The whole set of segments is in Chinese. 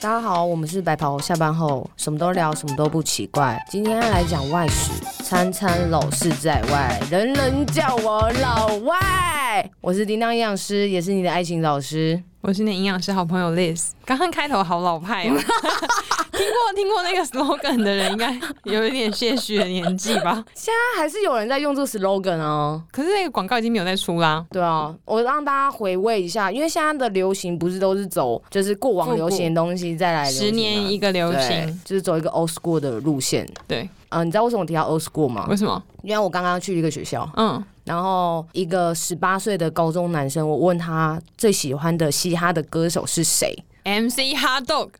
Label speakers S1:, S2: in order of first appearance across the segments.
S1: 大家好，我们是白袍，下班后什么都聊，什么都不奇怪。今天要来讲外食，餐餐老是在外，人人叫我老外。我是叮当营养师，也是你的爱情老师。
S2: 我是你的营养师好朋友 Liz。刚刚开头好老派哦， 听过听过那个 slogan 的人应该有一点些许的年纪吧？
S1: 现在还是有人在用这个 slogan 哦。
S2: 可是那个广告已经没有再出啦。
S1: 对啊，我让大家回味一下，因为现在的流行不是都是走就是过往
S2: 复古
S1: 流行的东西再来流行吗
S2: 十年一个流
S1: 对
S2: 行，
S1: 就是走一个 old school 的路线。
S2: 对，
S1: 嗯、你知道为什么我提到 old school 吗
S2: 为？什么？
S1: 因为我刚刚去一个学校，
S2: 嗯，
S1: 然后一个十八岁的高中男生，我问他最喜欢的嘻哈的歌手是谁，
S2: MC Hot Dog，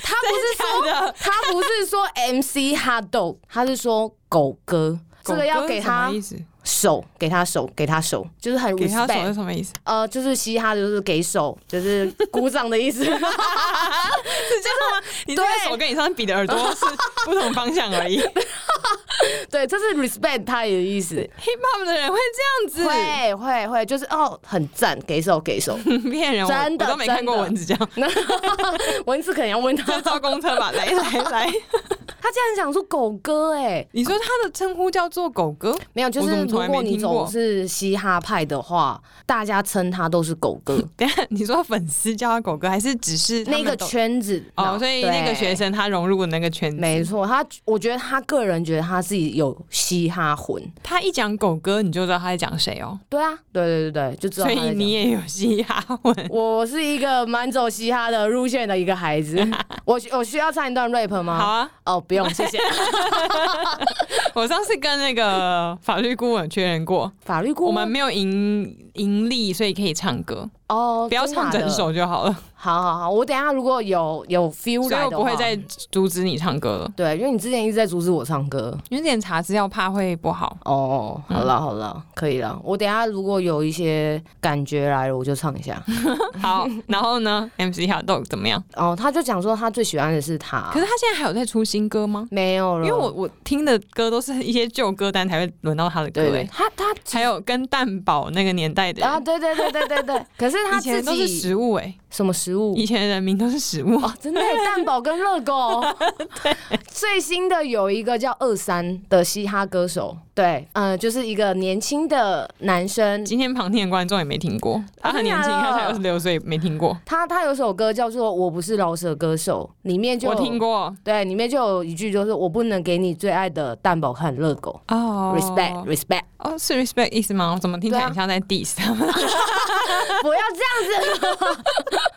S1: 他不是说
S2: 真的
S1: 他不是说 MC 哈豆，他是说狗哥。这个要给
S2: 狗哥是什
S1: 他
S2: 么意思？
S1: 手，给他手，给他手，就是很
S2: 给他手
S1: respect，
S2: 是什么 意思？
S1: 呃，就是嘻哈就是给手，就是鼓掌的意 思。
S2: 是这样吗？你这个手跟你上次比的耳朵是不同方向而已。Hip
S1: 对，这是 respect 他的意思。
S2: Hop 的人会这样
S1: 会会会，就是哦，很赞，给手给手。
S2: 子， 骗人！我
S1: 真的
S2: 我都没看过
S1: 真的
S2: 蚊子这样，
S1: 那文字可能要问他，
S2: 这招公车吧，来来来，
S1: 他竟然讲出狗哥哎、
S2: 你说他的称呼叫做狗哥？
S1: 没有，就
S2: 我
S1: 是
S2: 怎么
S1: 如
S2: 从来
S1: 果
S2: 没
S1: 你
S2: 听过
S1: 总是嘻哈派的话，大家称他都是狗哥，
S2: 等一下，你说粉丝叫他狗哥，还是只 是他
S1: 那
S2: 们
S1: 个
S2: 都
S1: 圈子
S2: 哦？所以那个学。生他融入了那个圈
S1: 对
S2: 子，
S1: 没错，他我觉得他个人觉得他自己有嘻哈魂，
S2: 他一讲狗哥，你就知道他在讲谁哦。
S1: 对啊，对对对对，就知道
S2: 所
S1: 他
S2: 以
S1: 在讲
S2: 你也有嘻哈文，
S1: 我是一个蛮走嘻哈的路线的一个孩 子，我我需要唱一段 rap 吗？
S2: 好啊！
S1: 哦，不用， 谢谢。
S2: 我上次跟那个法律顾问确认过，
S1: 法律顾
S2: 我
S1: 问
S2: 们没有盈盈利，所以可以唱歌，
S1: 哦，
S2: 不要
S1: 真的
S2: 唱
S1: 假的
S2: 整。首就好了。
S1: 好好好，我等一下如果有有 feel
S2: 所以
S1: 来
S2: 我
S1: 的
S2: 不会
S1: 话
S2: 再阻止你唱歌了，
S1: 对，因为你之前一直在阻止我唱歌。
S2: 因为检查资料怕会不好。
S1: 哦，好了好了，可以了。我等一下如果有一些感觉来了，我就唱一 下。
S2: 好，然后呢，MC 哈豆怎么样？
S1: 哦，他就讲说他最喜欢的是他
S2: 可，是他现在还有在出新歌吗？
S1: 没有
S2: 因
S1: 了，
S2: 为我我听的歌都是一些旧歌单才会轮到他的歌、
S1: 对
S2: 欸
S1: 对，他他
S2: 还有跟蛋堡那个年代的人
S1: 啊，对对对对对 对，可是他
S2: 以前
S1: 自
S2: 都是
S1: 己
S2: 食物哎、
S1: 什么食物
S2: 以？前的人名都是食物，
S1: 哦，真的耶蛋堡跟热 狗。最新的有一个叫二三的嘻哈歌手，对，呃，就是一个年轻的男生，
S2: 今天旁听的观众也没听过，他很年轻，
S1: 哦真的假的啊
S2: 他才二十六岁，没听过。
S1: 他他有首歌叫做《我不是饶舌歌手》，里面就
S2: 我听，过
S1: 对，里面就有一句就是我不能给你最爱的蛋堡和热狗。
S2: 哦
S1: respect respect，
S2: 哦是 respect 意思吗？我怎么听起
S1: 对
S2: 来
S1: 啊
S2: 很像在 diss 他们？
S1: 不要这样子，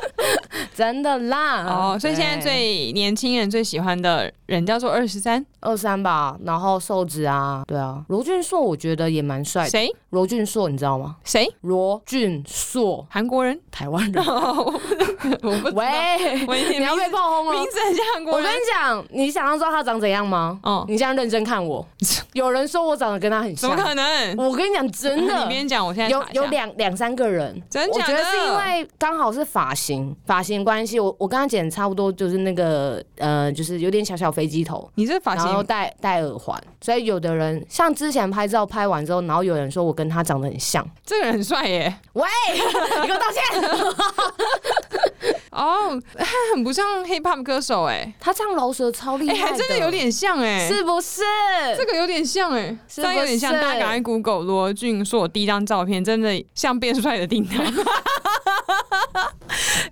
S1: 真的啦。
S2: 哦，所以现在最年轻人最喜欢的人叫做二十三，
S1: 二三吧，然后瘦子啊，对啊，罗俊硕我觉得也蛮帅的。
S2: 谁
S1: 罗俊硕你知道吗？
S2: 谁
S1: 罗俊硕，
S2: 韩国人？
S1: 台湾人。
S2: 哦 我不知道，
S1: 嗯喂，
S2: 我以前
S1: 你要
S2: 名
S1: 被
S2: 字
S1: 炮轰
S2: 名
S1: 了。
S2: 字很像韩
S1: 我
S2: 国
S1: 跟
S2: 人
S1: 你，讲，你想要知道他长怎样吗？
S2: 哦，
S1: 你现在认真看 我。有人说我长得跟他很
S2: 怎
S1: 像
S2: 么，可能？
S1: 我跟你讲真
S2: 你
S1: 的。
S2: 边讲，我现在
S1: 有
S2: 查一下
S1: 有两两三个人，
S2: 真
S1: 我
S2: 假
S1: 觉
S2: 的
S1: 得是因为刚好是发型发型关系，我我跟他剪差不多就是那个呃，就是有点小小飞机头。
S2: 你这发
S1: 然后
S2: 型
S1: 戴戴耳环，所以有的人像之前拍照拍完之后，然后有人说我跟他长得很 像，
S2: 这个人很帅耶。
S1: 喂，你给我道歉。
S2: 哦， 他很不像 hip hop 歌手哎，
S1: 他唱饶舌超厉
S2: 哎、
S1: 害
S2: 还真的有点像哎、
S1: 是不是？
S2: 这个有点像哎、
S1: 是
S2: 这样有点像。
S1: 不
S2: 大
S1: 是
S2: 家赶快 Google 罗俊硕第一张照片，真的像变帅 的 叮当。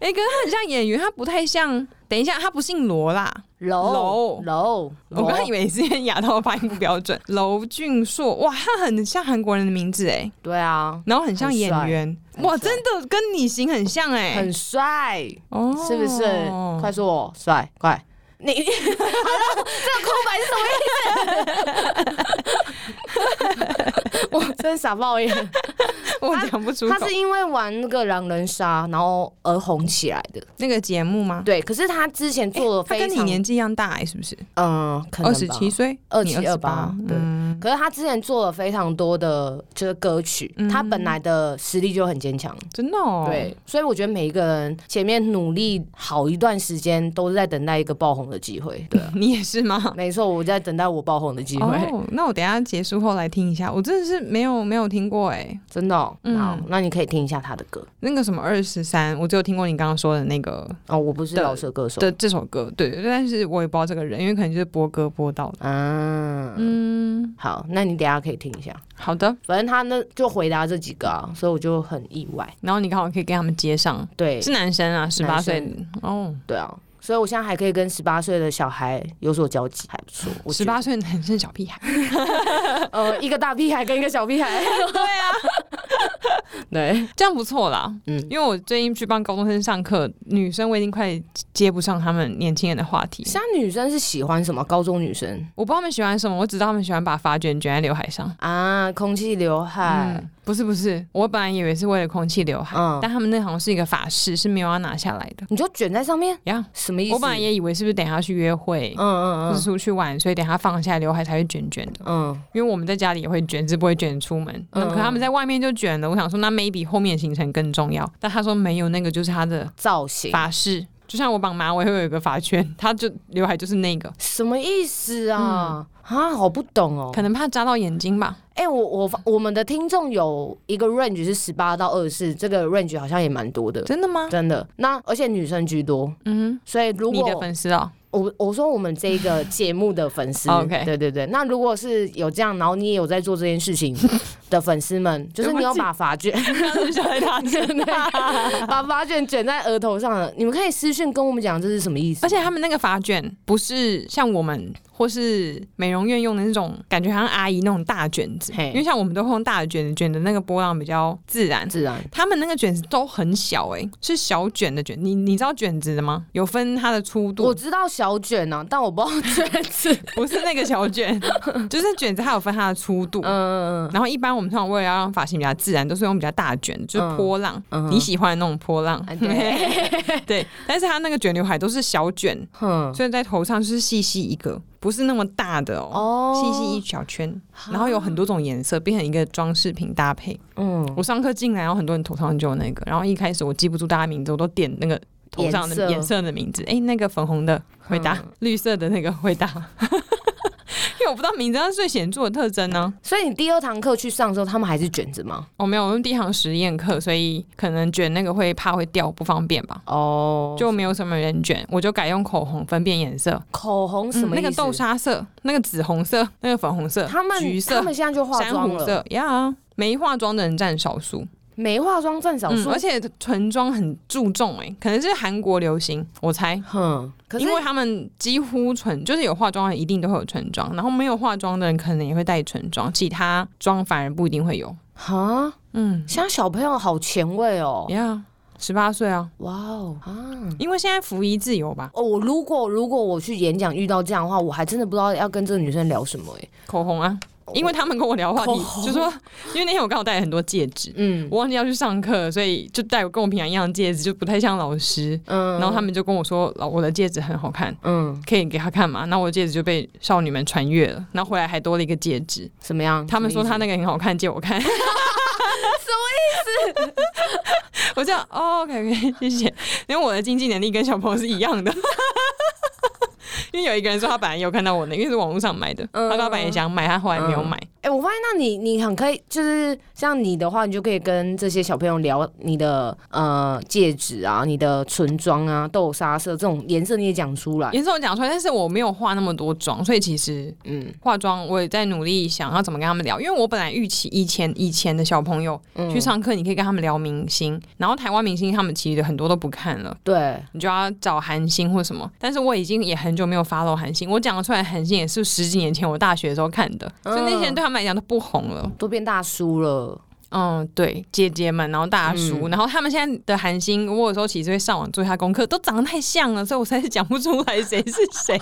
S2: 哎、可是他很像演员，他不太像。等一下，他不姓罗啦，
S1: 楼
S2: 楼
S1: 楼，
S2: 我刚以为是因为亚到发音不标准。 娄俊硕，哇，他很像韩国人的名字哎，
S1: 对啊，
S2: 然后很像演员，
S1: 很帅
S2: 哇，
S1: 很帅
S2: 真的跟你型很像哎、
S1: 很帅，
S2: 哦
S1: 是不是？快说我帅，快！你 好了，这个空白是什么意思？我 真傻爆眼。
S2: 我讲不出
S1: 他
S2: 口
S1: 是。因为玩那个狼人杀，然后而红起来的。
S2: 那个节目吗？
S1: 对，可是他之前做的
S2: 他
S1: 非常，
S2: 跟你年纪一样大哎、是不是？
S1: 嗯，可能
S2: 二
S1: 吧
S2: 十七。岁，
S1: 27
S2: 你
S1: 28对
S2: 嗯
S1: 可是他之前做了非常多的就是歌曲，
S2: 嗯
S1: 他本来的实力就很坚强。
S2: 真的哦，
S1: 对，，所以我觉得每一个人前面努力好一段时间，都是在等待一个爆红的机会。对啊，
S2: 你也是吗？
S1: 没错，我在等待我爆红的机会。
S2: 哦哦，那我等一下结束后来听一下，我真的是没有没有听过哎、
S1: 真的、哦。
S2: 嗯
S1: 好，那你可以听一下他的歌
S2: 那个什么二十三，我只有听过你刚刚说的那个
S1: 哦。我不是
S2: 对
S1: 饶舌歌手
S2: 的这首歌，对，对但是我也不知道这个人，因为可能就是播歌播到的。
S1: 啊。
S2: 嗯，
S1: 好，那你等一下可以听一下。
S2: 好的，
S1: 反正他那就回答这几个啊，所以我就很意外。
S2: 然后你刚好可以跟他们接上，
S1: 对
S2: 是男生啊，十八
S1: 男生
S2: 岁哦，
S1: 对啊，所以我现在还可以跟十八岁的小孩有所交集，还不错。我
S2: 十
S1: 觉得
S2: 八岁男生小屁孩，
S1: 呃，一个大屁孩跟一个小屁孩，
S2: 对啊，
S1: 对，
S2: 这样不错啦。
S1: 嗯，
S2: 因为我最近去帮高中生上课，女生我已经快接不上他们年轻人的话题，
S1: 像女生是喜欢什么？高中女生
S2: 我不知道他们喜欢什么，我只知道他们喜欢把发卷卷在刘海上。
S1: 啊，空气刘海
S2: 嗯，不是不是，我本来以为是为了空气刘海，
S1: 嗯
S2: 但他们那好像是一个法式，是没有要拿下来的
S1: 你就卷在上面，
S2: 呀。
S1: 什么意思？
S2: 我本来也以为是不是等一下去约会
S1: 嗯，嗯
S2: 或者
S1: 嗯
S2: 出去玩，所以等一下放下来刘海才会卷卷的。
S1: 嗯，
S2: 因为我们在家里也会卷，只不会卷出门。
S1: 嗯
S2: 嗯，可他们在外面就卷了。我想说，那 maybe 后面行程更重要。但他说没有，那个就是他的
S1: 造型
S2: 发饰。就像我绑马尾会有一个发圈，他就刘海就是那个，
S1: 什么意思啊？啊，好不懂哦。
S2: 嗯可能怕扎到眼睛吧。
S1: 哎、我我发我们的听众有一个 range 是十八到二十四，这个 range 好像也蛮多的，
S2: 真的吗？
S1: 真的。那而且女生居多，
S2: 嗯
S1: 所以如
S2: 哼，你
S1: 果
S2: 的粉丝 哦，
S1: 我我说我们这个节目的粉丝
S2: OK
S1: 对对对。那如果是有这样，然后你也有在做这件事 情的粉丝们，就是你有把发卷，
S2: 小黑大
S1: 对对 对把发卷卷在额头上了，你们可以私信跟我们讲这是什么意思。
S2: 而且他们那个发卷不是像我们或是美容院用的那种，感觉好像阿姨那种大卷子，
S1: 嘿
S2: 因为像我们都会用大卷子，卷的那个波浪比较自然。
S1: 自然
S2: 他们那个卷子都很小、欸，是小卷的卷。你你知道卷子的吗？有分它的粗
S1: 我
S2: 度，
S1: 知道小卷啊，但我不知道卷子。
S2: 不是那个 小卷，就是卷子它有分它的粗度。
S1: 嗯嗯
S2: 然后一般我们通常为了要让发型比较自然，都是用比较大卷，就是波浪，
S1: 嗯
S2: 你喜欢的那种波浪。
S1: 嗯，对， 嗯
S2: 对，但是它那个卷刘海都是小卷，
S1: 哼
S2: 所以在头上就是细细一个，不是那么大的哦，
S1: 哦，
S2: 细细一小圈，然后有很多种颜色，变成一个装饰品搭配。
S1: 嗯，
S2: 我上课进来，然后很多人头上就有那个，然后一开始我记不住大家名字，我都点那个。头上
S1: 颜色嗯
S2: 的颜色的名字，哎、那个粉红的回答，绿色的那个回答， 因为我不知道名字，它是最显著的特征呢、
S1: 所以你第二堂课去上的时候，他们还是卷子吗？
S2: 哦我、没有，我们第一堂实验课，所以可能卷那个会怕会掉，不方便吧，
S1: 哦，
S2: 就没有什么人卷，我就改用口红分辨颜色，
S1: 口红什么
S2: 嗯
S1: 意思？
S2: 那个豆沙色、那个紫红色、那个粉红色、
S1: 他们
S2: 橘色
S1: 他、们现在就化
S2: 珊
S1: 妆
S2: 瑚
S1: 了，
S2: 色呀。没化妆的人占少数，
S1: 没化妆占少
S2: 嗯，
S1: 数
S2: 而。且唇妆很注重、欸，可能是韩国流行，我猜，
S1: 哼，可是
S2: 因为他们几乎唇就是有化妆的人一定都会有唇妆，然后没有化妆的人可能也会带唇妆，其他妆反而不一定会有。
S1: 哈，
S2: 嗯，
S1: 现在小朋友好前卫哦，
S2: 呀，十八岁啊，
S1: 哇哦啊！
S2: 因为现在服役自由吧，
S1: 哦，我如果如果我去演讲遇到这样的话，我还真的不知道要跟这个女生聊什么哎、
S2: 口红啊，因为他们跟我聊话
S1: 口
S2: 题，就说因为那天我刚好带了很多戒指，
S1: 嗯
S2: 我忘记要去上课，所以就戴我跟我平常一样的戒指，就不太像老师。
S1: 嗯，
S2: 然后他们就跟我说，老我的戒指很好看，
S1: 嗯
S2: 可以给他看嘛？那我的戒指就被少女们穿越了，然后回来还多了一个戒指。
S1: 怎么样？
S2: 他们说
S1: 什么
S2: 他那个很好看，借我 看。什么意思？ 我这样、哦、，OK OK，谢 谢。因为我的经济能力跟小朋友是一样的。 因为有一个人说他本来有看到我的，因为是网络上买的，
S1: 嗯
S2: 他老板也想买，他后来没有买。
S1: 意思哎、我发现那你你很可以，就是像你的话，你就可以跟这些小朋友聊你的呃戒指啊、你的唇妆啊、豆沙色这种颜色，你也讲出来。
S2: 也是我讲出来，但是我没有化那么多妆，所以其实
S1: 嗯
S2: 化妆我也在努力想要怎么跟他们聊，因为我本来预期以前以前的小朋友
S1: 嗯
S2: 去上课，你可以跟他们聊明星，然后台湾明星他们其实很多都不看了。
S1: 对，
S2: 你就要找韩星或什么，但是我已经也很久没有 follow 韩星，我讲得出来韩星也是十几年前我大学的时候看的，
S1: 嗯
S2: 所以那些人对他们来讲都不红了。
S1: 都变大叔了。
S2: 嗯，对，姐姐们，然后大叔，然后他们现在的韩星，我有时候其实会上网做一下功课，都长得太像了，所以我才是讲不出来谁是谁。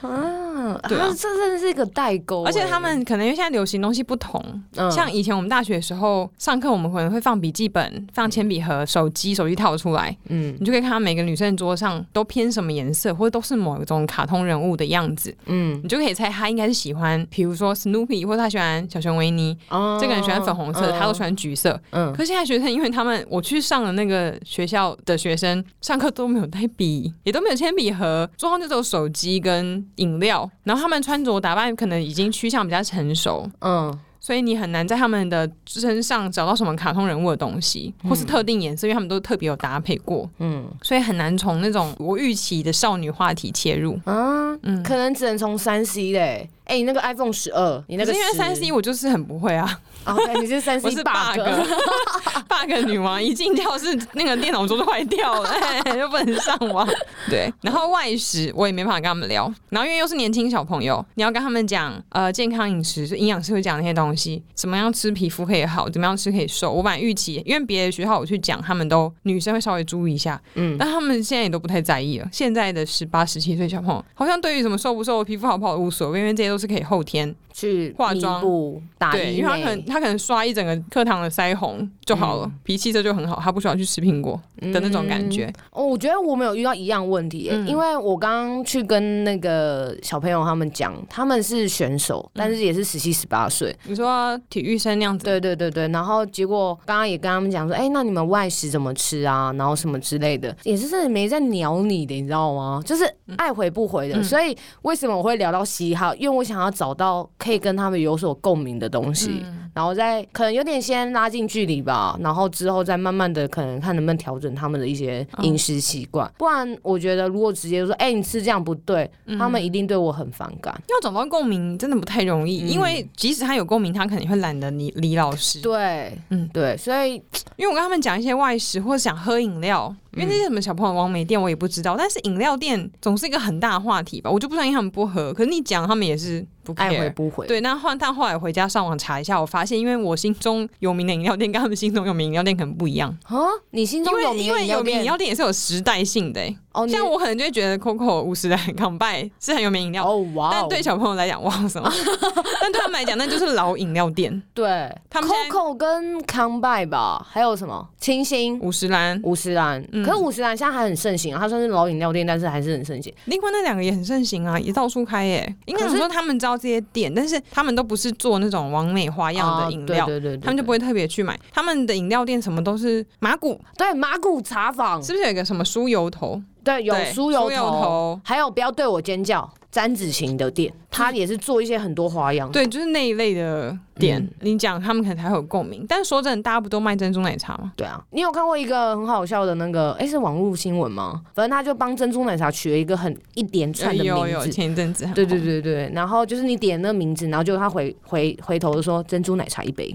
S1: 啊，
S2: 对啊
S1: 这真的是一个代沟欸、
S2: 而且他们可能因为现在流行东西不同，
S1: 嗯
S2: 像以前我们大学的时候上课，我们可能会放笔记本、放铅笔盒、手机、手机套出来，
S1: 嗯
S2: 你就可以看到每个女生的桌上都偏什么颜色，或者都是某一种卡通人物的样子，
S1: 嗯，
S2: 你就可以猜她应该是喜欢，比如说 Snoopy，或者她喜欢小熊维尼。
S1: 哦
S2: 这个人喜欢粉红色，她都喜欢橘色。
S1: 嗯
S2: 可现在学生，因为他们我去上了那个学校的学生，上课都没有带笔，也都没有铅笔盒，桌上就只有手机跟饮料。然后他们穿着打扮可能已经趋向比较成熟，
S1: 嗯
S2: 所以你很难在他们的身上找到什么卡通人物的东西，或是特定颜色，因为他们都特别有搭配过，
S1: 嗯
S2: 所以很难从那种我预期的少女话题切入。
S1: 啊，
S2: 嗯，
S1: 可能只能从三 C 嘞。哎、你那个 iPhone 十二，你那
S2: 可
S1: 个
S2: 是因为
S1: 10
S2: 三 C 我就是很不会啊，
S1: 啊，OK，你是三 C
S2: 我是
S1: bug，
S2: bug 女王，一进教室那个电脑桌就坏掉了， 哎就不能上 网。对，然后外食我也没办法跟他们聊，然后因为又是年轻小朋友，你要跟他们讲呃健康饮食，就营养师会讲那些东西，怎么样吃皮肤可以好，怎么样吃可以瘦。我本来预期，因为别的学校我去讲，他们都女生会稍微注意一下，
S1: 嗯，
S2: 但他们现在也都不太在意了。现在的十八、十七岁小朋友，好像对于什么瘦不瘦、皮肤好不好无所谓，因为这些都是可以后天
S1: 去
S2: 化
S1: 弥
S2: 妆
S1: 补打
S2: 对，
S1: 医
S2: 因为他可
S1: 美
S2: 能他可能刷一整个课堂的腮红就好了，脾气这就很好，他不需要去吃苹果的那种感觉。
S1: 哦，我觉得我们有遇到一样问题耶、
S2: 嗯
S1: 因为我刚刚去跟那个小朋友他们讲，他们是选手，但是也是十七十八岁。
S2: 你说体育生那样子，
S1: 对对对对，然后结果刚刚也跟他们讲说，哎、那你们外食怎么吃啊？然后什么之类的，也是真的没在鸟你的，你知道吗？就是爱回不回的。
S2: 嗯
S1: 所以为什么我会聊到嘻哈？因为我想要找到可以跟他们有所共鸣的东西。然后再可能有点先拉近距离吧，然后之后再慢慢的可能看能不能调整他们的一些饮食习惯，不然我觉得如果直接说，哎、你吃这样不对，他们一定对我很反感。
S2: 要找到共鸣真的不太容易，因为即使他有共鸣，他可能会懒得理李老师。
S1: 对，嗯
S2: 嗯，
S1: 对，所以
S2: 因为我跟他们讲一些外食或者想喝饮料，因为那些什么小朋友往美店我也不知道，但是饮料店总是一个很大的话题吧，我就不相信他们不喝。可是你讲他们也是不 care
S1: 爱回不回，
S2: 对，那换但后来回家上网查一下，我发现因为我心中有名的饮料店跟他们心中有名饮料店可能不一样。
S1: 啊，你心
S2: 因
S1: 中有
S2: 为
S1: 名
S2: 因
S1: 的
S2: 为有名饮
S1: 店
S2: 料店也是有时代性的、欸，
S1: 哦，你
S2: 像我可能就会觉得 Coco 五十的港拜是很有名饮料，
S1: 哦哇哦，
S2: 但对小朋友来讲，哇什么？ 但对他们来讲，那就是老饮料店。
S1: 对
S2: 他们现在
S1: ，Coco 跟康拜吧，还有什么清新。
S2: 五十兰，
S1: 五十岚，
S2: 嗯
S1: 可是五十岚现在还很盛行啊，它算是老饮料店，但是还是很盛行。
S2: 另外那两个也很盛行啊，也到处开耶、应该
S1: 可是
S2: 是说他们知道这些店，但是他们都不是做那种完美花样
S1: 哦
S2: 的饮料。
S1: 对对对对，
S2: 他们就不
S1: 会
S2: 会特别去买，他们的饮料店什么都是麻古，
S1: 对马古茶坊，
S2: 是不是有一个什么酥油头？
S1: 对，有
S2: 对
S1: 酥油头，
S2: 酥油头嗯
S1: 还有不要对我尖叫，詹子晴的店，他也是做一些很多花样。
S2: 对，就是那一类的店，
S1: 嗯
S2: 你讲他们可能才会有共鸣。但说真的，大家不都卖珍珠奶茶吗？
S1: 对啊，你有看过一个很好笑的那个，哎，是网络新闻吗？反正他就帮珍珠奶茶取了一个很一连串的名
S2: 呃哎有
S1: 字。
S2: 有，前一阵子很
S1: 对对
S2: 红，
S1: 对对，然后就是你点那个名字，然后就他回回回头就说珍珠奶茶一 杯，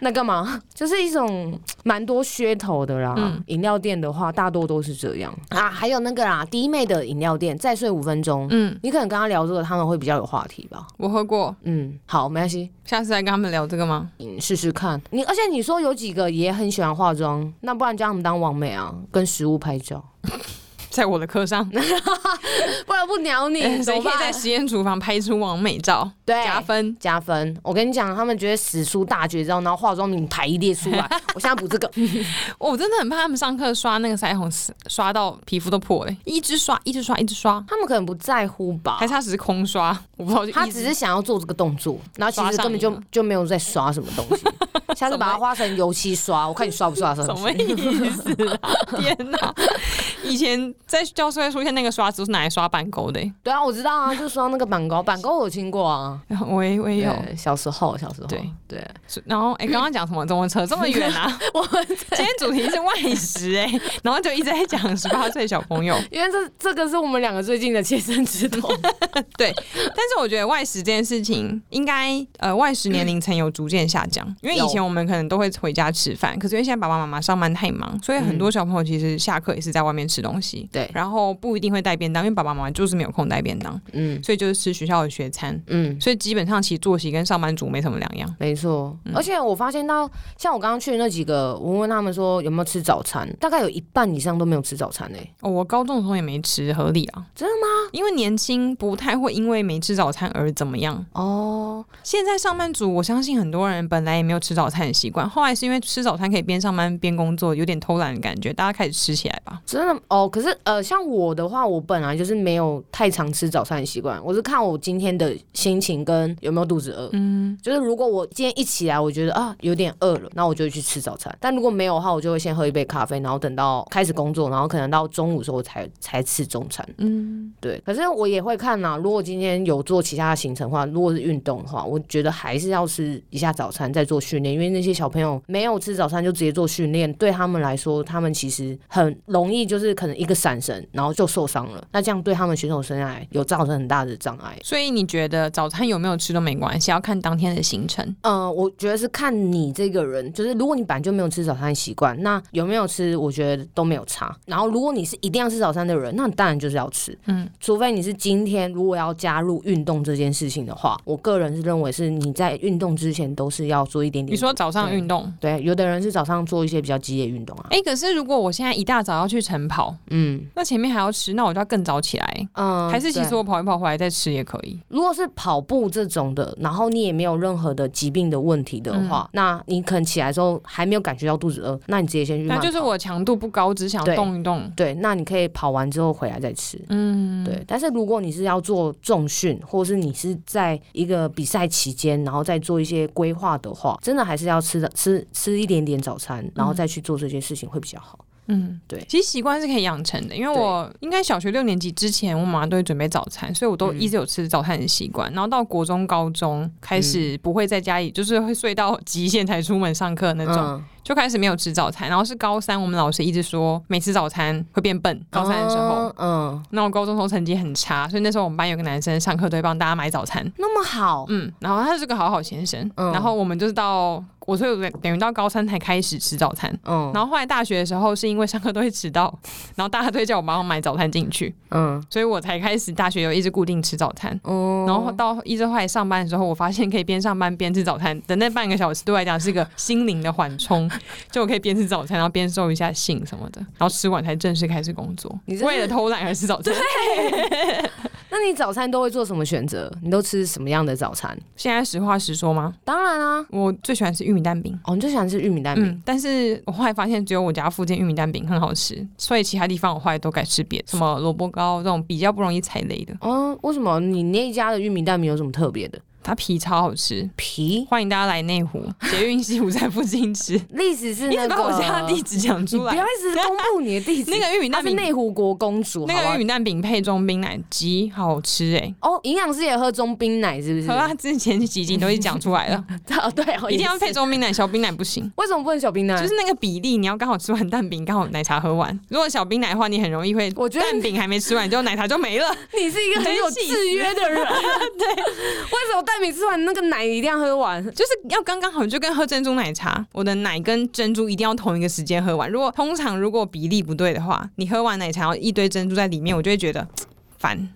S1: 那干嘛？就是一种蛮多噱头的啦。
S2: 嗯
S1: 饮料店的话，大多都是这样啊。还有那个啦，弟妹的饮料店，再睡五分钟，
S2: 嗯，
S1: 你可能跟他聊这个，他们会比较有话题吧。
S2: 我喝过，
S1: 嗯，好，没关系，
S2: 下次再跟他们聊这个吗？
S1: 你试试看。你而且你说有几个也很喜欢化妆，那不然叫他们当网美啊，跟食物拍照，
S2: 在我的 课上，
S1: 不然不鸟 你，怎
S2: 谁
S1: 么
S2: 可以在
S1: 办？
S2: 实验厨房拍出完美照，
S1: 啊 对。
S2: 加分。
S1: 加分！我跟你讲，他们觉得使出大绝招，然后化妆品排一列出 来。我现在补这个，
S2: 哦我真的很怕他们上课刷那个腮红，刷到皮肤都破了、欸一直刷，一直刷，一直刷，
S1: 他们可能不在乎吧
S2: 还？是他只是空刷？我不知道，就
S1: 他
S2: 一直
S1: 只是想要做这个动作，然后其实根本
S2: 刷
S1: 就
S2: 上瘾啊
S1: 就没有在刷什么东 西。下次把它画成油漆刷，我看你刷不刷得
S2: 什
S1: 上去。
S2: 么意思啊？ 天哪！以前在教室会出现那个刷子，都是拿来刷板沟的、欸
S1: 对啊，我知道啊，就刷那个板膏，板膏我有听过啊。
S2: 我也我也有。
S1: 对，小时候，小时候，
S2: 对
S1: 对，
S2: 是然后，哎、刚刚讲什么？怎么扯这么远啊？
S1: 我们
S2: 今天主题是外食、哎，然后就一直在 讲十八岁小朋友。
S1: 因为这这个是我们两个最近的切身之痛。
S2: 但是我觉得外食这件事情，应该呃外食年龄层有逐渐下降，因为以前我们可能都会回家吃饭，可是因为现在爸爸妈妈上班太忙，所以很多小朋友其实下课也是在外面吃东西，
S1: 嗯对
S2: 然后不一定会带便当，因为爸爸妈妈就是没有空带便当，
S1: 嗯
S2: 所以就是吃学校的学餐，
S1: 嗯，
S2: 所以基本上其实作息跟上班族没什么两样。
S1: 没错。而且我发现到，像我刚刚去的那几个，我问他们说有没有吃早餐，大概有一半以上都没有吃早餐诶、欸
S2: 哦，我高中的时候也没吃，合理啊？
S1: 真的
S2: 吗？因为年轻不太会因为没吃早餐而怎么样。
S1: 哦，
S2: 现在上班族，我相信很多人本来也没有吃早餐的习惯。后来是因为吃早餐可以边上班边工作，有点偷懒的感觉，大家开始吃起来吧。
S1: 真的哦，可是呃，像我的话，我本来就是没有太常吃早餐的习惯，我是看我今天的心情跟有没有肚子饿。嗯，就是如果我今天一起来，我觉得啊有点饿了，那我就会去吃早餐。但如果没有的话，我就会先喝一杯咖啡，然后等到开始工作，然后可能到中午的时候才才吃中餐。
S2: 嗯，
S1: 对，可是我也会看呐、如果今天有做其他的行程的话，如果是运动的话，我觉得还是要吃一下早餐再做训练，因为那些小朋友没有吃早餐就直接做训练，对他们来说，他们其实很容易就是可能一个闪神，然后就受伤了。那这样对他们选手生涯有造成很大的障碍。
S2: 所以你觉得早餐有没有吃都没关系，要看当天的行程。
S1: 嗯、我觉得是看你这个人，就是如果你本来就没有吃早餐的习惯，那有没有吃，我觉得都没有差。然后如果你是一定要吃早餐的人，那你当然就是要吃，
S2: 嗯
S1: 嗯，除非你是今天如果要加入运动这件事情的话，我个人是认为是你在运动之前都是要做一点点。
S2: 你说早上运动，
S1: 对，有的人是早上做一些比较激烈运动啊，
S2: 哎、可是如果我现在一大早要去晨跑，
S1: 嗯
S2: 那前面还要吃，那我就要更早起来。
S1: 嗯，
S2: 还是其
S1: 对
S2: 实我跑一跑回来再吃也可以。
S1: 如果是跑步这种的，然后你也没有任何的疾病的问题的话，
S2: 嗯
S1: 那你可能起来之后还没有感觉到肚子饿，那你直接先去慢
S2: 那
S1: 跑。
S2: 就是我强度不高，只想
S1: 对
S2: 动一动。
S1: 对，那你可以跑完之后回来再吃。
S2: 嗯，
S1: 对，但是如果你是要做重训，或是你是在一个比赛期间，然后再做一些规划的话，真的还是要吃的吃吃一点点早餐，然后再去做这些事情会比较好。
S2: 嗯，
S1: 对
S2: 其实习惯是可以养成的，因为
S1: 对
S2: 我应该小学六年级之前，我妈妈都会准备早餐，所以我都
S1: 嗯
S2: 一直有吃早餐的习惯。然后到国中、高中开始不会在家里，就是会睡到极限才出门上课那种，
S1: 嗯，
S2: 就开始没有吃早餐。然后是高三，我们老师一直说没吃早餐会变笨，高三的时候。
S1: 哦，嗯，
S2: 那我高中时候成绩很差，所以那时候我们班有个男生上课都会帮大家买早餐，
S1: 那么好，
S2: 嗯，然后他是个好好先生，
S1: 嗯
S2: 然后我们就是到我所以我等于到高三才开始吃早餐，
S1: 嗯
S2: 然后后来大学的时候，是因为上课都会迟到， 然后大家都会叫我帮我买早餐进去，
S1: 嗯
S2: 所以我才开始大学有一直固定吃早餐。
S1: 嗯，
S2: 然后到一直后来上班的时候，我发现可以边上班边吃早餐的那半个小时，对我来讲是一个心灵的缓冲， 就我可以边吃早餐，然后边收一下信什么的，然后吃完才正式开始工作
S1: 你。真是
S2: 为了偷懒而吃 早餐，
S1: 那你早餐都会做什么选择？你都吃什么样的早餐？
S2: 现在实话实说吗？
S1: 当然啊，
S2: 我最喜欢吃玉米蛋饼。
S1: 哦，你最喜欢吃玉米蛋饼。
S2: 嗯，但是我后来发现只有我家附近玉米蛋饼很好吃，所以其他地方我后来都改吃别的，什么萝卜糕这种比较不容易踩雷的，
S1: 哦，为什么你那一家的玉米蛋饼有什么特别的？
S2: 它皮超好吃。
S1: 皮
S2: 欢迎大家来内湖捷运西湖站附 近吃。
S1: 历史是
S2: 你
S1: 那
S2: 只
S1: 个，
S2: 把我家的地址讲
S1: 你
S2: 出
S1: 不
S2: 来
S1: 要。一直公布你的地址。
S2: 那个玉米
S1: 她
S2: 蛋
S1: 是
S2: 饼，
S1: 内湖国公主，
S2: 那
S1: 好
S2: 个
S1: 吧
S2: 玉米蛋饼配中冰奶极好吃哎、
S1: 哦，营养师也喝中冰奶是不是？
S2: 好啦，之前几集都已经讲出来了，
S1: 哦，对哦，
S2: 一定要
S1: 也是嗯
S2: 配。中冰奶，小冰奶不行。
S1: 为什么不能小冰奶？
S2: 就是那个比例，你要刚好吃完蛋饼，刚好奶茶喝完。如果小冰奶的话，你很容易会，
S1: 我觉得
S2: 蛋饼还没吃完，就奶茶就没了。
S1: 你是一个很有制约 的人。对， 为什么蛋饼吃完那个奶一定要喝完？
S2: 就是要刚刚好，就跟喝珍珠奶茶，我的奶跟珍珠一定要同一个时间喝完。如果通常如果比例不对的话，你喝完奶茶然后一堆珍珠在里面，我就会觉得 烦。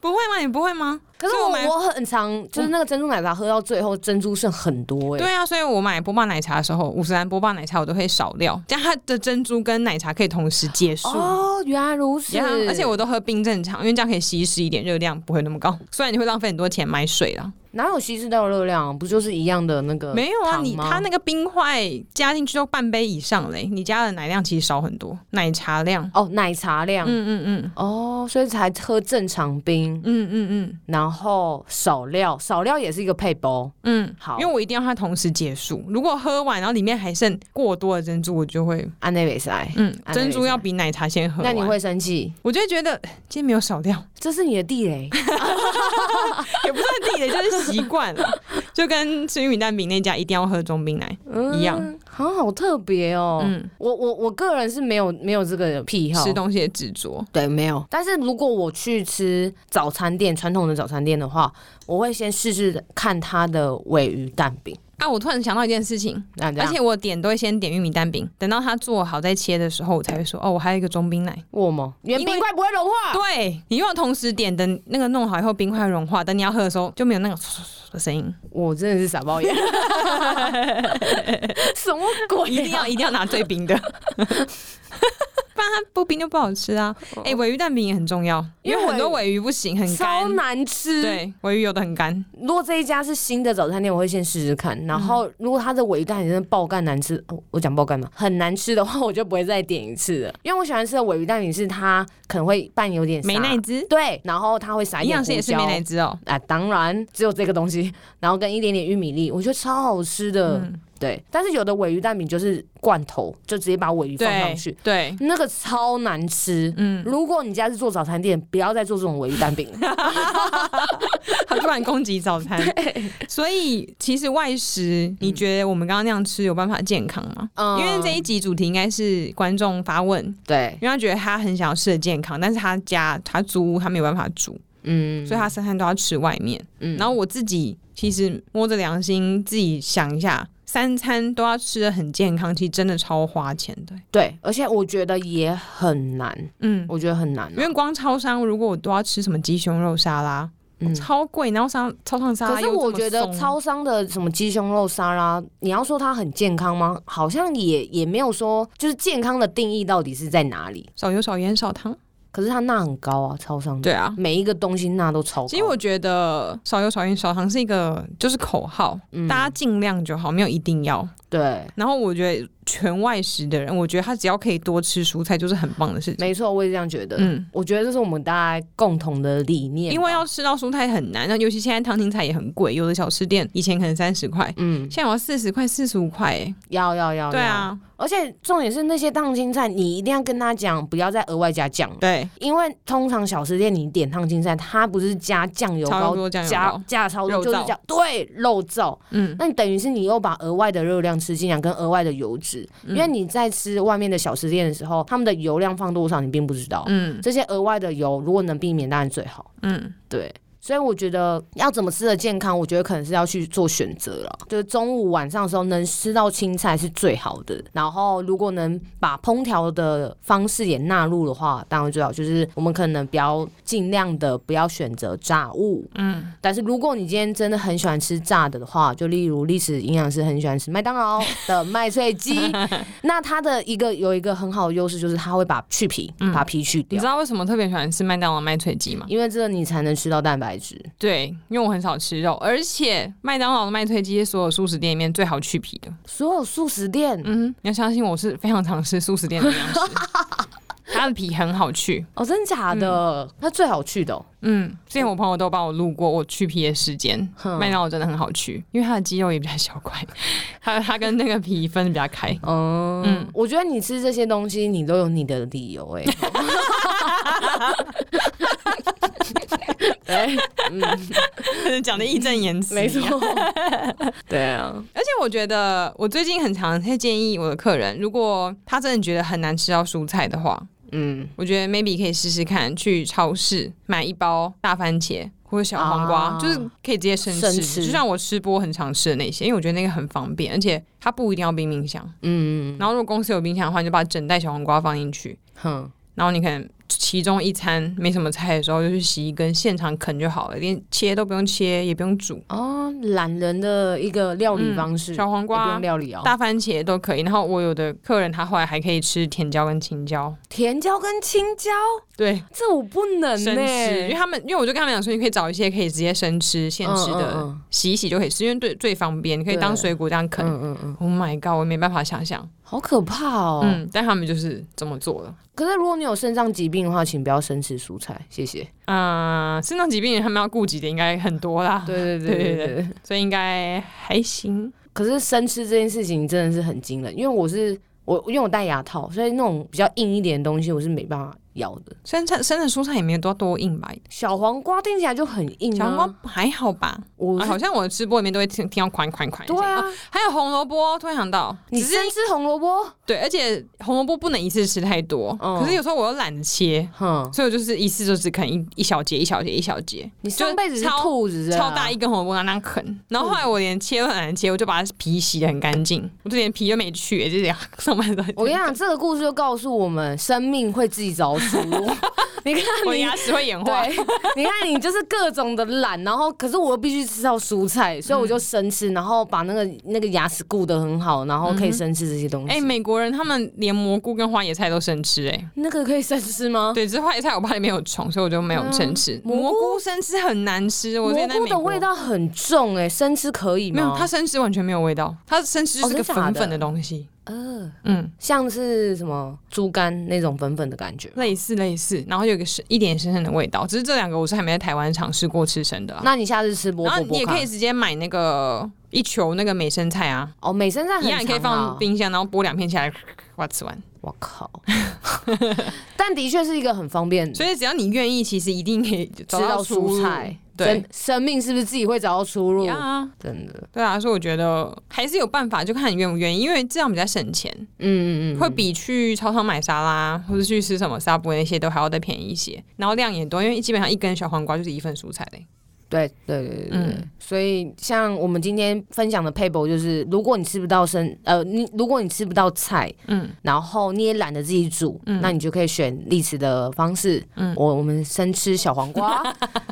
S2: 不会吗？你不会吗？
S1: 可是
S2: 所以
S1: 我
S2: 我买
S1: 我很常就是那个珍珠奶茶喝到最后珍珠剩很多哎、
S2: 对啊，所以我买波霸奶茶的时候，五十兰波霸奶茶我都会少料，这样它的珍珠跟奶茶可以同时结束。
S1: 哦，原来如此。
S2: 呀而且我都喝冰镇茶，因为这样可以稀释一点热量，不会那么高。虽然你会浪费很多钱买水啦，
S1: 哪有稀释到热量？啊不就是一样的那个
S2: 没有啊，
S1: 糖
S2: 你
S1: 吗
S2: 它那个冰块加进去都半杯以上嘞，你加的奶量其实少很多，奶茶量。
S1: 哦奶茶量、
S2: 嗯嗯嗯
S1: 哦，所以才喝正常冰，
S2: 嗯嗯
S1: 然后少料，少料也是一个配包。
S2: 嗯嗯，
S1: 好
S2: 因为我一定要它同时结束。如果喝完然后里面还剩过多的珍珠，我就会
S1: 安内维塞，
S2: 嗯，
S1: 啊
S2: 珍珠要比奶茶先喝
S1: 那
S2: 完。
S1: 你会生气？
S2: 我就会觉得呃今天没有少掉，
S1: 这是你的地雷。
S2: 也不算地雷，就是习惯 了，就跟吃玉米蛋饼那家一定要喝中冰奶。一样
S1: 嗯，好好特别哦。
S2: 嗯，
S1: 我我我个人是没有没有这个癖好
S2: 吃，东西的执着，
S1: 对，没有。但是如果我去吃早餐店，传统的早餐店的话，我会先试试看它的尾鱼蛋饼，
S2: 啊，我突然想到一件事情，
S1: 那这
S2: 而
S1: 样。
S2: 且我点都会先点玉米蛋饼，等到它做好再切的时候，我才会说哦，我还有一个中冰奶。
S1: 我吗？原
S2: 因
S1: 冰
S2: 为
S1: 块不会融化。
S2: 啊对你用同时点，等那个弄好以后，冰块融化，等你要喝的时候就没有那个的声 音。
S1: 我真的是傻包眼， 什么鬼、啊？
S2: 一定要一定要拿最冰的， 不然它不冰就不好吃啊。哎、尾鱼蛋饼也很重要，
S1: 因为
S2: 因为很多尾鱼不行，很
S1: 超
S2: 干。
S1: 难吃。，
S2: 对，尾鱼有的很干，
S1: 如果这一家是新的早餐店，我会先试试看。然
S2: 嗯
S1: 后，如果它的尾鱼蛋也真的爆干难吃，哦我讲爆干嘛，很难吃的话，我就不会再点一次
S2: 嗯
S1: 了。因为我喜欢吃的尾鱼蛋饼是它可能会拌有点
S2: 美
S1: 沙
S2: 乃滋，
S1: 对，然后它会撒一
S2: 营
S1: 点
S2: 养
S1: 胡
S2: 师
S1: 椒。
S2: 也啊是美乃滋哦。
S1: 啊，当然只有这个东西，然后跟一点点玉米粒，我觉得超好吃的。
S2: 嗯，
S1: 对，但是有的尾鱼蛋饼就是罐头，就直接把尾鱼放上
S2: 对
S1: 去，
S2: 对，
S1: 那个超难吃。
S2: 嗯，
S1: 如果你家是做早餐店，不要再做这种尾鱼蛋饼 了。
S2: 他突然攻击早 餐，所以其实外食，你觉得我们刚刚那样吃有办法健康吗？
S1: 嗯
S2: 因为这一集主题应该是观众发问，
S1: 对，
S2: 因为他觉得他很想要吃的健康，但是他家他租屋他没有办法煮，
S1: 嗯，
S2: 所以他三餐都要吃外面。
S1: 嗯
S2: 然后我自己其实摸着良心自己想一下，三餐都要吃的很健康，其实真的超花钱的。
S1: 对，而且我觉得也很难，
S2: 嗯，
S1: 我觉得很难
S2: 因
S1: 啊、
S2: 为光超商如果我都要吃什么鸡胸肉沙拉，
S1: 嗯。
S2: 超贵，然后商超商沙拉
S1: 可是
S2: 又这
S1: 我
S2: 么
S1: 觉得
S2: 松
S1: 超商的什么鸡胸肉沙拉，你要说它很健康吗？好像也也没有说，就是健康的定义到底是在哪里？
S2: 少油少盐少糖。
S1: 可是它钠很高啊，超商的。
S2: 对啊，
S1: 每一个东西钠都超高。
S2: 其实我觉得少油少盐少糖是一个就是口号，
S1: 嗯
S2: 大家尽量就好，没有一定要。
S1: 对，
S2: 然后我觉得全外食的人，我觉得他只要可以多吃蔬菜，就是很棒的事情。
S1: 没错，我也这样觉得。
S2: 嗯，
S1: 我觉得这是我们大家共同的理念吧，
S2: 因为要吃到蔬菜很难，那尤其现在烫青菜也很贵，有的小吃店以前可能三十块，
S1: 嗯，
S2: 现在我要四十块、四十五块，哎，
S1: 要要要，
S2: 对，啊，
S1: 而且重点是那些烫青菜，你一定要跟他讲，不要再额外加酱了。
S2: 对，
S1: 因为通常小吃店你点烫青菜，它不是加酱油
S2: 超
S1: 膏、
S2: 多酱油
S1: 加
S2: 膏，
S1: 加超多，
S2: 肉
S1: 就是
S2: 燥
S1: 加对肉燥，
S2: 嗯，
S1: 那你等于是你又把额外的热量吃进来，跟额外的油脂，
S2: 嗯
S1: 因为你在吃外面的小吃店的时候，他们的油量放多少你并不知道，
S2: 嗯
S1: 这些额外的油如果能避免当然最好。
S2: 嗯，
S1: 对，所以我觉得要怎么吃的健康，我觉得可能是要去做选择了。就是中午晚上的时候能吃到青菜是最好的，然后如果能把烹调的方式也纳入的话，当然最好。就是我们可能不要尽量的不要选择炸物，嗯，但是如果你今天真的很喜欢吃炸的的话，就例如历史营养师很喜欢吃麦当劳的麦脆 鸡，那它的一个有一个很好的优势就是它会把去皮，把皮去
S2: 嗯你
S1: 掉
S2: 知。道为什么特别喜欢吃麦当劳麦脆鸡吗？
S1: 因为这你才能吃到蛋白质，
S2: 对，因为我很少吃肉，而且麦当劳的麦脆鸡是所有素食店里面最好去皮的。
S1: 所有素食店、
S2: 嗯，你要相信我是非常常吃素食店的营养 师，它的皮很好去。
S1: 哦，真假的？它最好去的哦、
S2: 嗯，之前我朋友都帮我录过我去皮的时间，
S1: 哼
S2: 麦当劳真的很好去，因为它的鸡肉也比较小块， 它它跟那个皮分的比较开。 哦
S1: 嗯，我觉得你吃这些东西，你都有你的理由 哎、对，
S2: 讲的义正言辞，
S1: 没错。， 对啊，
S2: 而且我觉得我最近很常会建议我的客人，如果他真的觉得很难吃到蔬菜的话，
S1: 嗯，
S2: 我觉得 maybe 可以试试看去超市买一包大番茄。或者小黄瓜、
S1: 啊
S2: 就是可以直接生吃，
S1: 生吃
S2: 就像我吃播很常吃的那些，因为我觉得那个很方便，而且它不一定要冰冰箱。
S1: 嗯，
S2: 然后如果公司有冰箱的话，你就把整袋小黄瓜放进去，
S1: 哼，
S2: 然后你可能其中一餐没什么菜的时候，就去洗一根，现场啃就好了，连切都不用切，也不用煮。
S1: 哦，懒人的一个料理方式，
S2: 嗯小黄
S1: 也不
S2: 瓜
S1: 用、料理哦。
S2: 大番茄都可以。然后我有的客人他后来还可以吃甜椒跟青椒，
S1: 甜椒跟青椒，
S2: 对，
S1: 这我不能欸
S2: 生
S1: 呢、
S2: 吃，因为他们因为我就跟他们讲说，你可以找一些可以直接生吃现吃的，
S1: 嗯嗯嗯
S2: 洗一洗就可以吃，因为最最方便，你可以
S1: 对
S2: 当水果这样啃。
S1: 嗯嗯嗯，
S2: Oh my god！我没办法想象，
S1: 好可怕哦。
S2: 嗯，但他们就是这么做的。
S1: 可是如果你有肾脏疾病的话，请不要生吃蔬菜，谢谢。
S2: 嗯、肾脏疾病人他们要顾及的应该很多啦，
S1: 对
S2: 对对对所以应该还行。
S1: 可是生吃这件事情真的是很惊人，因为我是我，因为我戴牙套，所以那种比较硬一点的东西我是没办法咬的。
S2: 生菜生的蔬菜也没有多多硬吧，
S1: 小黄瓜听起来就很硬、啊，
S2: 小黄瓜还好吧？
S1: 我
S2: 啊
S1: 是、
S2: 好像我的直播里面都会听听到款款款。
S1: 对啊，
S2: 还有红萝卜，突然想到，
S1: 你
S2: 只是
S1: 生吃红萝卜，
S2: 对，而且红萝卜不能一次吃太多，
S1: 嗯
S2: 可是有时候我又懒得切，
S1: 哼，
S2: 所以我就是一次就只啃一一小节一小节一小节，
S1: 你
S2: 就
S1: 上辈子是
S2: 超
S1: 兔子啊
S2: 超大一根红萝卜在那啃，然后后来我连切都懒得切，我就把它皮洗的很干净，我就连皮都没去，就这样上班都。
S1: 我跟你讲，这个故事就告诉我们，生命会自己找出路。你看
S2: 我的
S1: 你
S2: 牙齿会氧化。
S1: 对，你看你就是各种的懒，然后可是我又必须吃到蔬菜，所以我就生吃，然后把那个那个牙齿顾得很好，然后可以生吃这些东西。
S2: 哎、美国人他们连蘑菇跟花椰菜都生吃、哎，
S1: 那个可以生吃吗？
S2: 对，只是花椰菜我怕里面有虫，所以我就没有生吃。
S1: 哦嗯蘑菇
S2: 蘑菇生吃很难吃，我之前
S1: 蘑
S2: 在
S1: 菇
S2: 美
S1: 的
S2: 国
S1: 味道很重哎、生吃可以吗？
S2: 没有，它生吃完全没有味道，它生吃就是
S1: 哦
S2: 个
S1: 真假的
S2: 粉粉的东西，
S1: 呃，
S2: 嗯，
S1: 像是什么猪肝那种粉粉的感觉。
S2: 类似类似，然后有一个是一点生生的味道，只是这两个我是还没在台湾尝试过吃生的、啊。
S1: 那你下次吃波
S2: 然后
S1: 波
S2: 你
S1: 波
S2: 也可以
S1: 看
S2: 直接买那个一球那个美生菜啊，
S1: 哦，美生菜
S2: 一
S1: 很
S2: 样你可以
S1: 长啊嗯
S2: 放冰箱，然后剥两片下来，哇吃完。
S1: 我靠！ 但的确是一个很方便，
S2: 所以只要你愿意，其实一定可以吃
S1: 吃到蔬菜，
S2: 对
S1: 真生命是不是自己会找到出路？
S2: 呀，
S1: 真的，
S2: 对啊，所以我觉得还是有办法，就看你愿不愿意，因为这样比较省钱，
S1: 嗯嗯嗯，
S2: 会比去超商买沙拉或者去吃什么沙布那些都还要再便宜一些，然后量也多，因为基本上一根小黄瓜就是一份蔬菜嘞。
S1: 对对对对对。
S2: 嗯
S1: 所以像我们今天分享的 paper 就是，如果你吃不到生呃，你如果你吃不到菜，
S2: 嗯，
S1: 然后你也懒得自己煮，那你就可以选历史的方式，
S2: 嗯
S1: 我我们生吃小黄 瓜，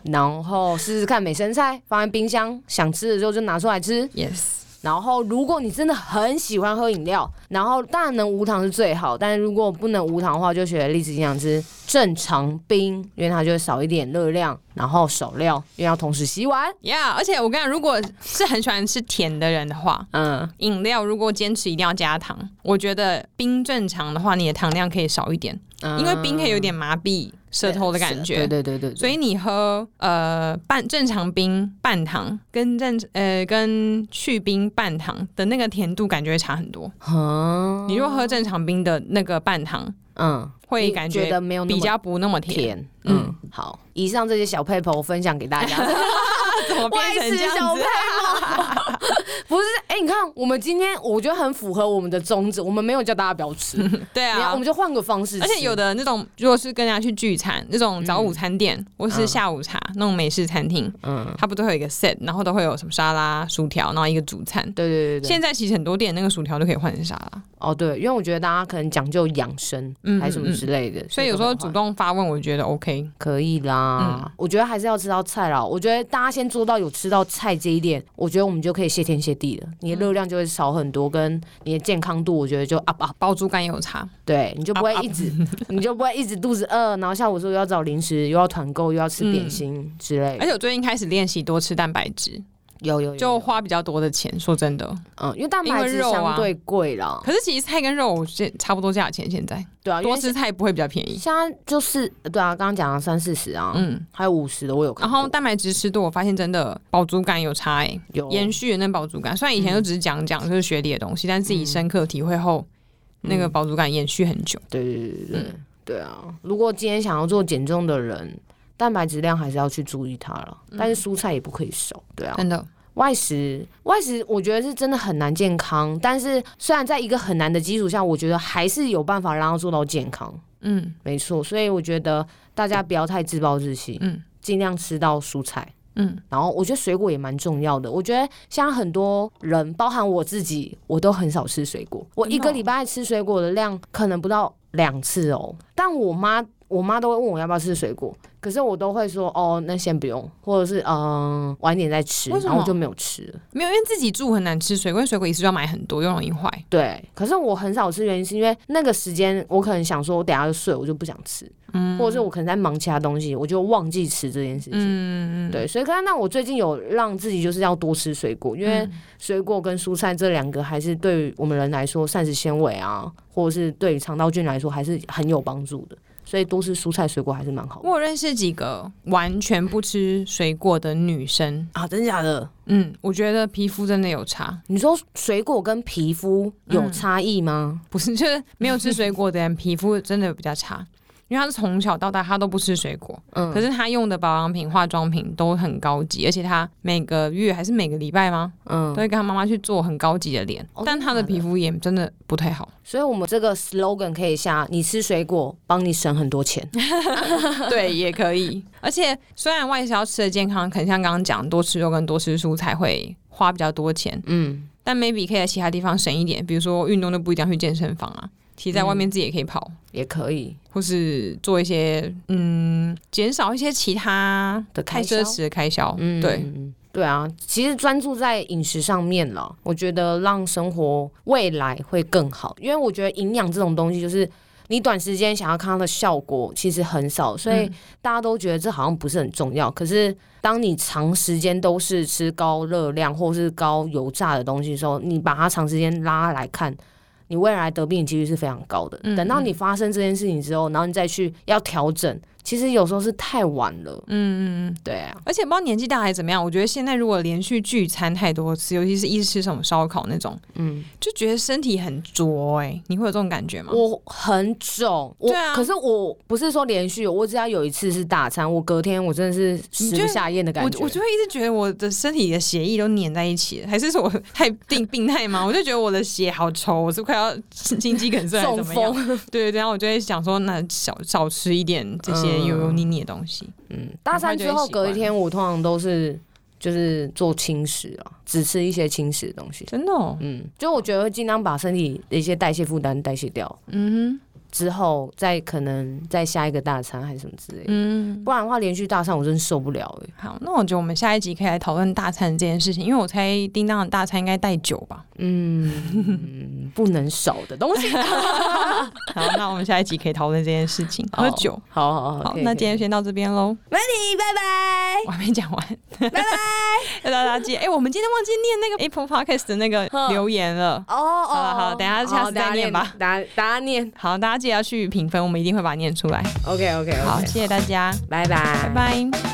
S1: 然后试试看美生菜，放在冰箱，想吃的时候就拿出来吃。
S2: Yes，
S1: 然后，如果你真的很喜欢喝饮料，然后当然能无糖是最好，但是如果不能无糖的话，就选栗子营养汁正常冰，因为它就会少一点热量，然后少料，因为要同时洗碗。
S2: 呀、yeah,，而且我跟你讲，如果是很喜欢吃甜的人的话，
S1: 嗯，
S2: 饮料如果坚持一定要加糖，我觉得冰正常的话，你的糖量可以少一点，因为冰可以有点麻痹舌头的感觉。
S1: 对对对对对，
S2: 所以你喝呃半正常冰半糖跟正呃跟去冰半糖的那个甜度感觉会差很多。
S1: 嗯
S2: 你若喝正常冰的那个半糖，
S1: 嗯，
S2: 会
S1: 你
S2: 感
S1: 觉得没有那么
S2: 比较不那么甜。
S1: 甜。嗯，好，以上这些小配 a 我分享给大 家。啊
S2: 怎么变成这
S1: 外
S2: 样
S1: 食小
S2: 子？
S1: 不是，哎、你看，我们今天我觉得很符合我们的宗旨，我们没有叫大家不要 吃，
S2: 对
S1: 你看
S2: 啊
S1: 我们。就换个方式吃。
S2: 而且有的那种，如果是跟人家去聚餐，那种早午餐店、或是下午茶、那种美式餐厅，
S1: 嗯，
S2: 它不都会有一个 set，然后都会有什么沙拉、薯条，然后一个主餐。
S1: 对对对对，
S2: 现在其实很多店那个薯条都可以换成沙拉，
S1: 哦，对，因为我觉得大家可能讲究养生，
S2: 嗯
S1: 还是什么
S2: 嗯
S1: 之类的，
S2: 所以有时候
S1: 都会
S2: 主
S1: 换
S2: 动嗯发问，我觉得 OK。
S1: 可以啦。我觉得还是要吃到菜啦。我觉得大家先做到有吃到菜这一点，我觉得我们就可以谢天谢地了。你的热量就会少很多，跟你的健康度，我觉得就 up up。
S2: 包猪肝也有差，
S1: 对，你就不会
S2: up, up
S1: 一直， 你就不会一直肚子饿，然后下午说又要找零食，又要团购，又要吃点心之类
S2: 而
S1: 的。
S2: 且我最近开始练习多吃蛋白质，
S1: 有有有
S2: 哎就
S1: 有，
S2: 花比较多的钱。说真的，
S1: 嗯，因为蛋白
S2: 因为
S1: 质
S2: 肉啊
S1: 相对贵啦，
S2: 可是其实菜跟肉我现差不多价钱，现在
S1: 对啊，因
S2: 多
S1: 为
S2: 吃菜不会比较便宜。
S1: 现在就是对啊，刚刚讲了三四十啊，
S2: 嗯，
S1: 还有五十的我有看
S2: 然
S1: 过，
S2: 后蛋白质吃多，我发现真的饱足感有差哎、
S1: 有
S2: 延续的那饱足感。虽然以前就只是讲讲，就是学理的东西，但自己深刻体会后，那个饱足感延续很久。
S1: 对对对对、对对
S2: 嗯
S1: 啊！如果今天想要做减重的人，蛋白质量还是要去注意它了，
S2: 嗯
S1: 但是蔬菜也不可以少，对啊。
S2: 真的，
S1: 外食外食，我觉得是真的很难健康，但是虽然在一个很难的基础下，我觉得还是有办法让它做到健康，
S2: 嗯
S1: 没错。所以我觉得大家不要太自暴自弃，
S2: 嗯
S1: 尽量吃到蔬菜。
S2: 嗯，
S1: 然后我觉得水果也蛮重要的。我觉得像很多人，包含我自己，我都很少吃水果。我一个礼拜吃水果的量可能不到两次哦。但我妈，我妈都会问我要不要吃水果，可是我都会说哦，那先不用，或者是嗯、晚点再吃，
S2: 为什么
S1: 然后我就没有吃了。
S2: 没有，因为自己住很难吃水果，因为水果一次就要买很多，又容易坏。
S1: 对，可是我很少吃，原因是因为那个时间我可能想说，我等一下就睡，我就不想吃，或者是我可能在忙其他东西，我就忘记吃这件事情。
S2: 嗯，
S1: 对，所以刚刚那我最近有让自己就是要多吃水果，因为水果跟蔬菜这两个还是对于我们人来说，膳食纤维啊，或者是对于肠道菌来说，还是很有帮助的。所以多吃蔬菜水果还是蛮好的
S2: 我有认识几个完全不吃水果的女生，
S1: 啊！真假的？
S2: 嗯，我觉得皮肤真的有差，
S1: 你说水果跟皮肤有差异吗？
S2: 不是 就是没有吃水果的人皮肤真的比较差，因为他是从小到大他都不吃水果，
S1: 嗯，
S2: 可是他用的保养品、化妆品都很高级，而且他每个月还是每个礼拜吗，
S1: 嗯
S2: 都，会跟他妈妈去做很高级的脸
S1: 哦，
S2: 但他的
S1: 真的假的
S2: 皮肤也真的不太好，
S1: 所以我们这个 slogan 可以下：你吃水果，帮你省很多钱。
S2: 对，也可以。而且虽然外食要吃的健康，可能像刚刚讲多吃肉跟多吃蔬菜会花比较多钱，
S1: 嗯，
S2: 但 maybe 可以在其他地方省一点，比如说运动就不一定要去健身房啊，其实在外面自己也可以跑，
S1: 也可以。
S2: 或是做一些嗯，减少一些其他
S1: 的
S2: 太
S1: 开销
S2: 奢侈的开销。
S1: 嗯，
S2: 对，
S1: 对啊，其实专注在饮食上面了，我觉得让生活未来会更好，因为我觉得营养这种东西就是。你短时间想要看到的效果其实很
S2: 嗯
S1: 少，所以大家都觉得这好像不是很重要。可是当你长时间都是吃高热量或是高油炸的东西的时候，你把它长时间拉来看，你未来得病的几率是非常高的。
S2: 嗯
S1: 等到你发生这件事情之后，然后你再去要调整，其实有时候是太晚了。
S2: 嗯嗯嗯。
S1: 对啊，
S2: 而且不知道年纪大还是怎么样，我觉得现在如果连续聚餐太多次，尤其是一直吃什么烧烤那种，
S1: 嗯。
S2: 就觉得身体很浊哎、你会有这种感觉吗？
S1: 我很肿，我、
S2: 对啊
S1: 可是我不是说连续，我只要有一次是大餐，我隔天我真的是食不下咽的感
S2: 我
S1: 觉。
S2: 我就会一直觉得我的身体的血液都粘在一起了，还是说我太 病病态吗？我就觉得我的血好稠，我是快要心肌梗塞还是
S1: 中
S2: 怎么样？
S1: 风，
S2: 对对对，然后我就会想说，那少少吃一点这些
S1: 嗯
S2: 油油腻腻的东西。
S1: 嗯，大餐之后隔一天，我通常都是就是做轻食啊，只吃一些轻食的东西。
S2: 真的、哦，
S1: 嗯，就我觉得会尽量把身体的一些代谢负担代谢掉，
S2: 嗯
S1: 之后再可能再下一个大餐还是什么之类
S2: 哼
S1: 的，
S2: 嗯。
S1: 不然的话连续大餐我真受不了哎、
S2: 好，那我觉得我们下一集可以来讨论大餐这件事情，因为我猜叮当的大餐应该带酒吧。
S1: 嗯，不能少的东西。
S2: 好，那我们下一集可以讨论这件事情，喝酒。
S1: 好好好，
S2: 好，
S1: 可以
S2: 那
S1: 可以
S2: 今天先到这边喽，
S1: 你拜拜。
S2: 我还没讲完，拜拜， 要大家记得。哎、我们今天忘记念那个 Apple Podcast 的那个
S1: 哼
S2: 留言了。
S1: 哦哦，
S2: 好了好了等一下下次再念吧
S1: 好，大家大家念
S2: 好，大家记得要去评分，我们一定会把它念出来。
S1: ，OK OK
S2: 好，
S1: OK，
S2: 谢谢大家，
S1: 拜拜
S2: 拜拜。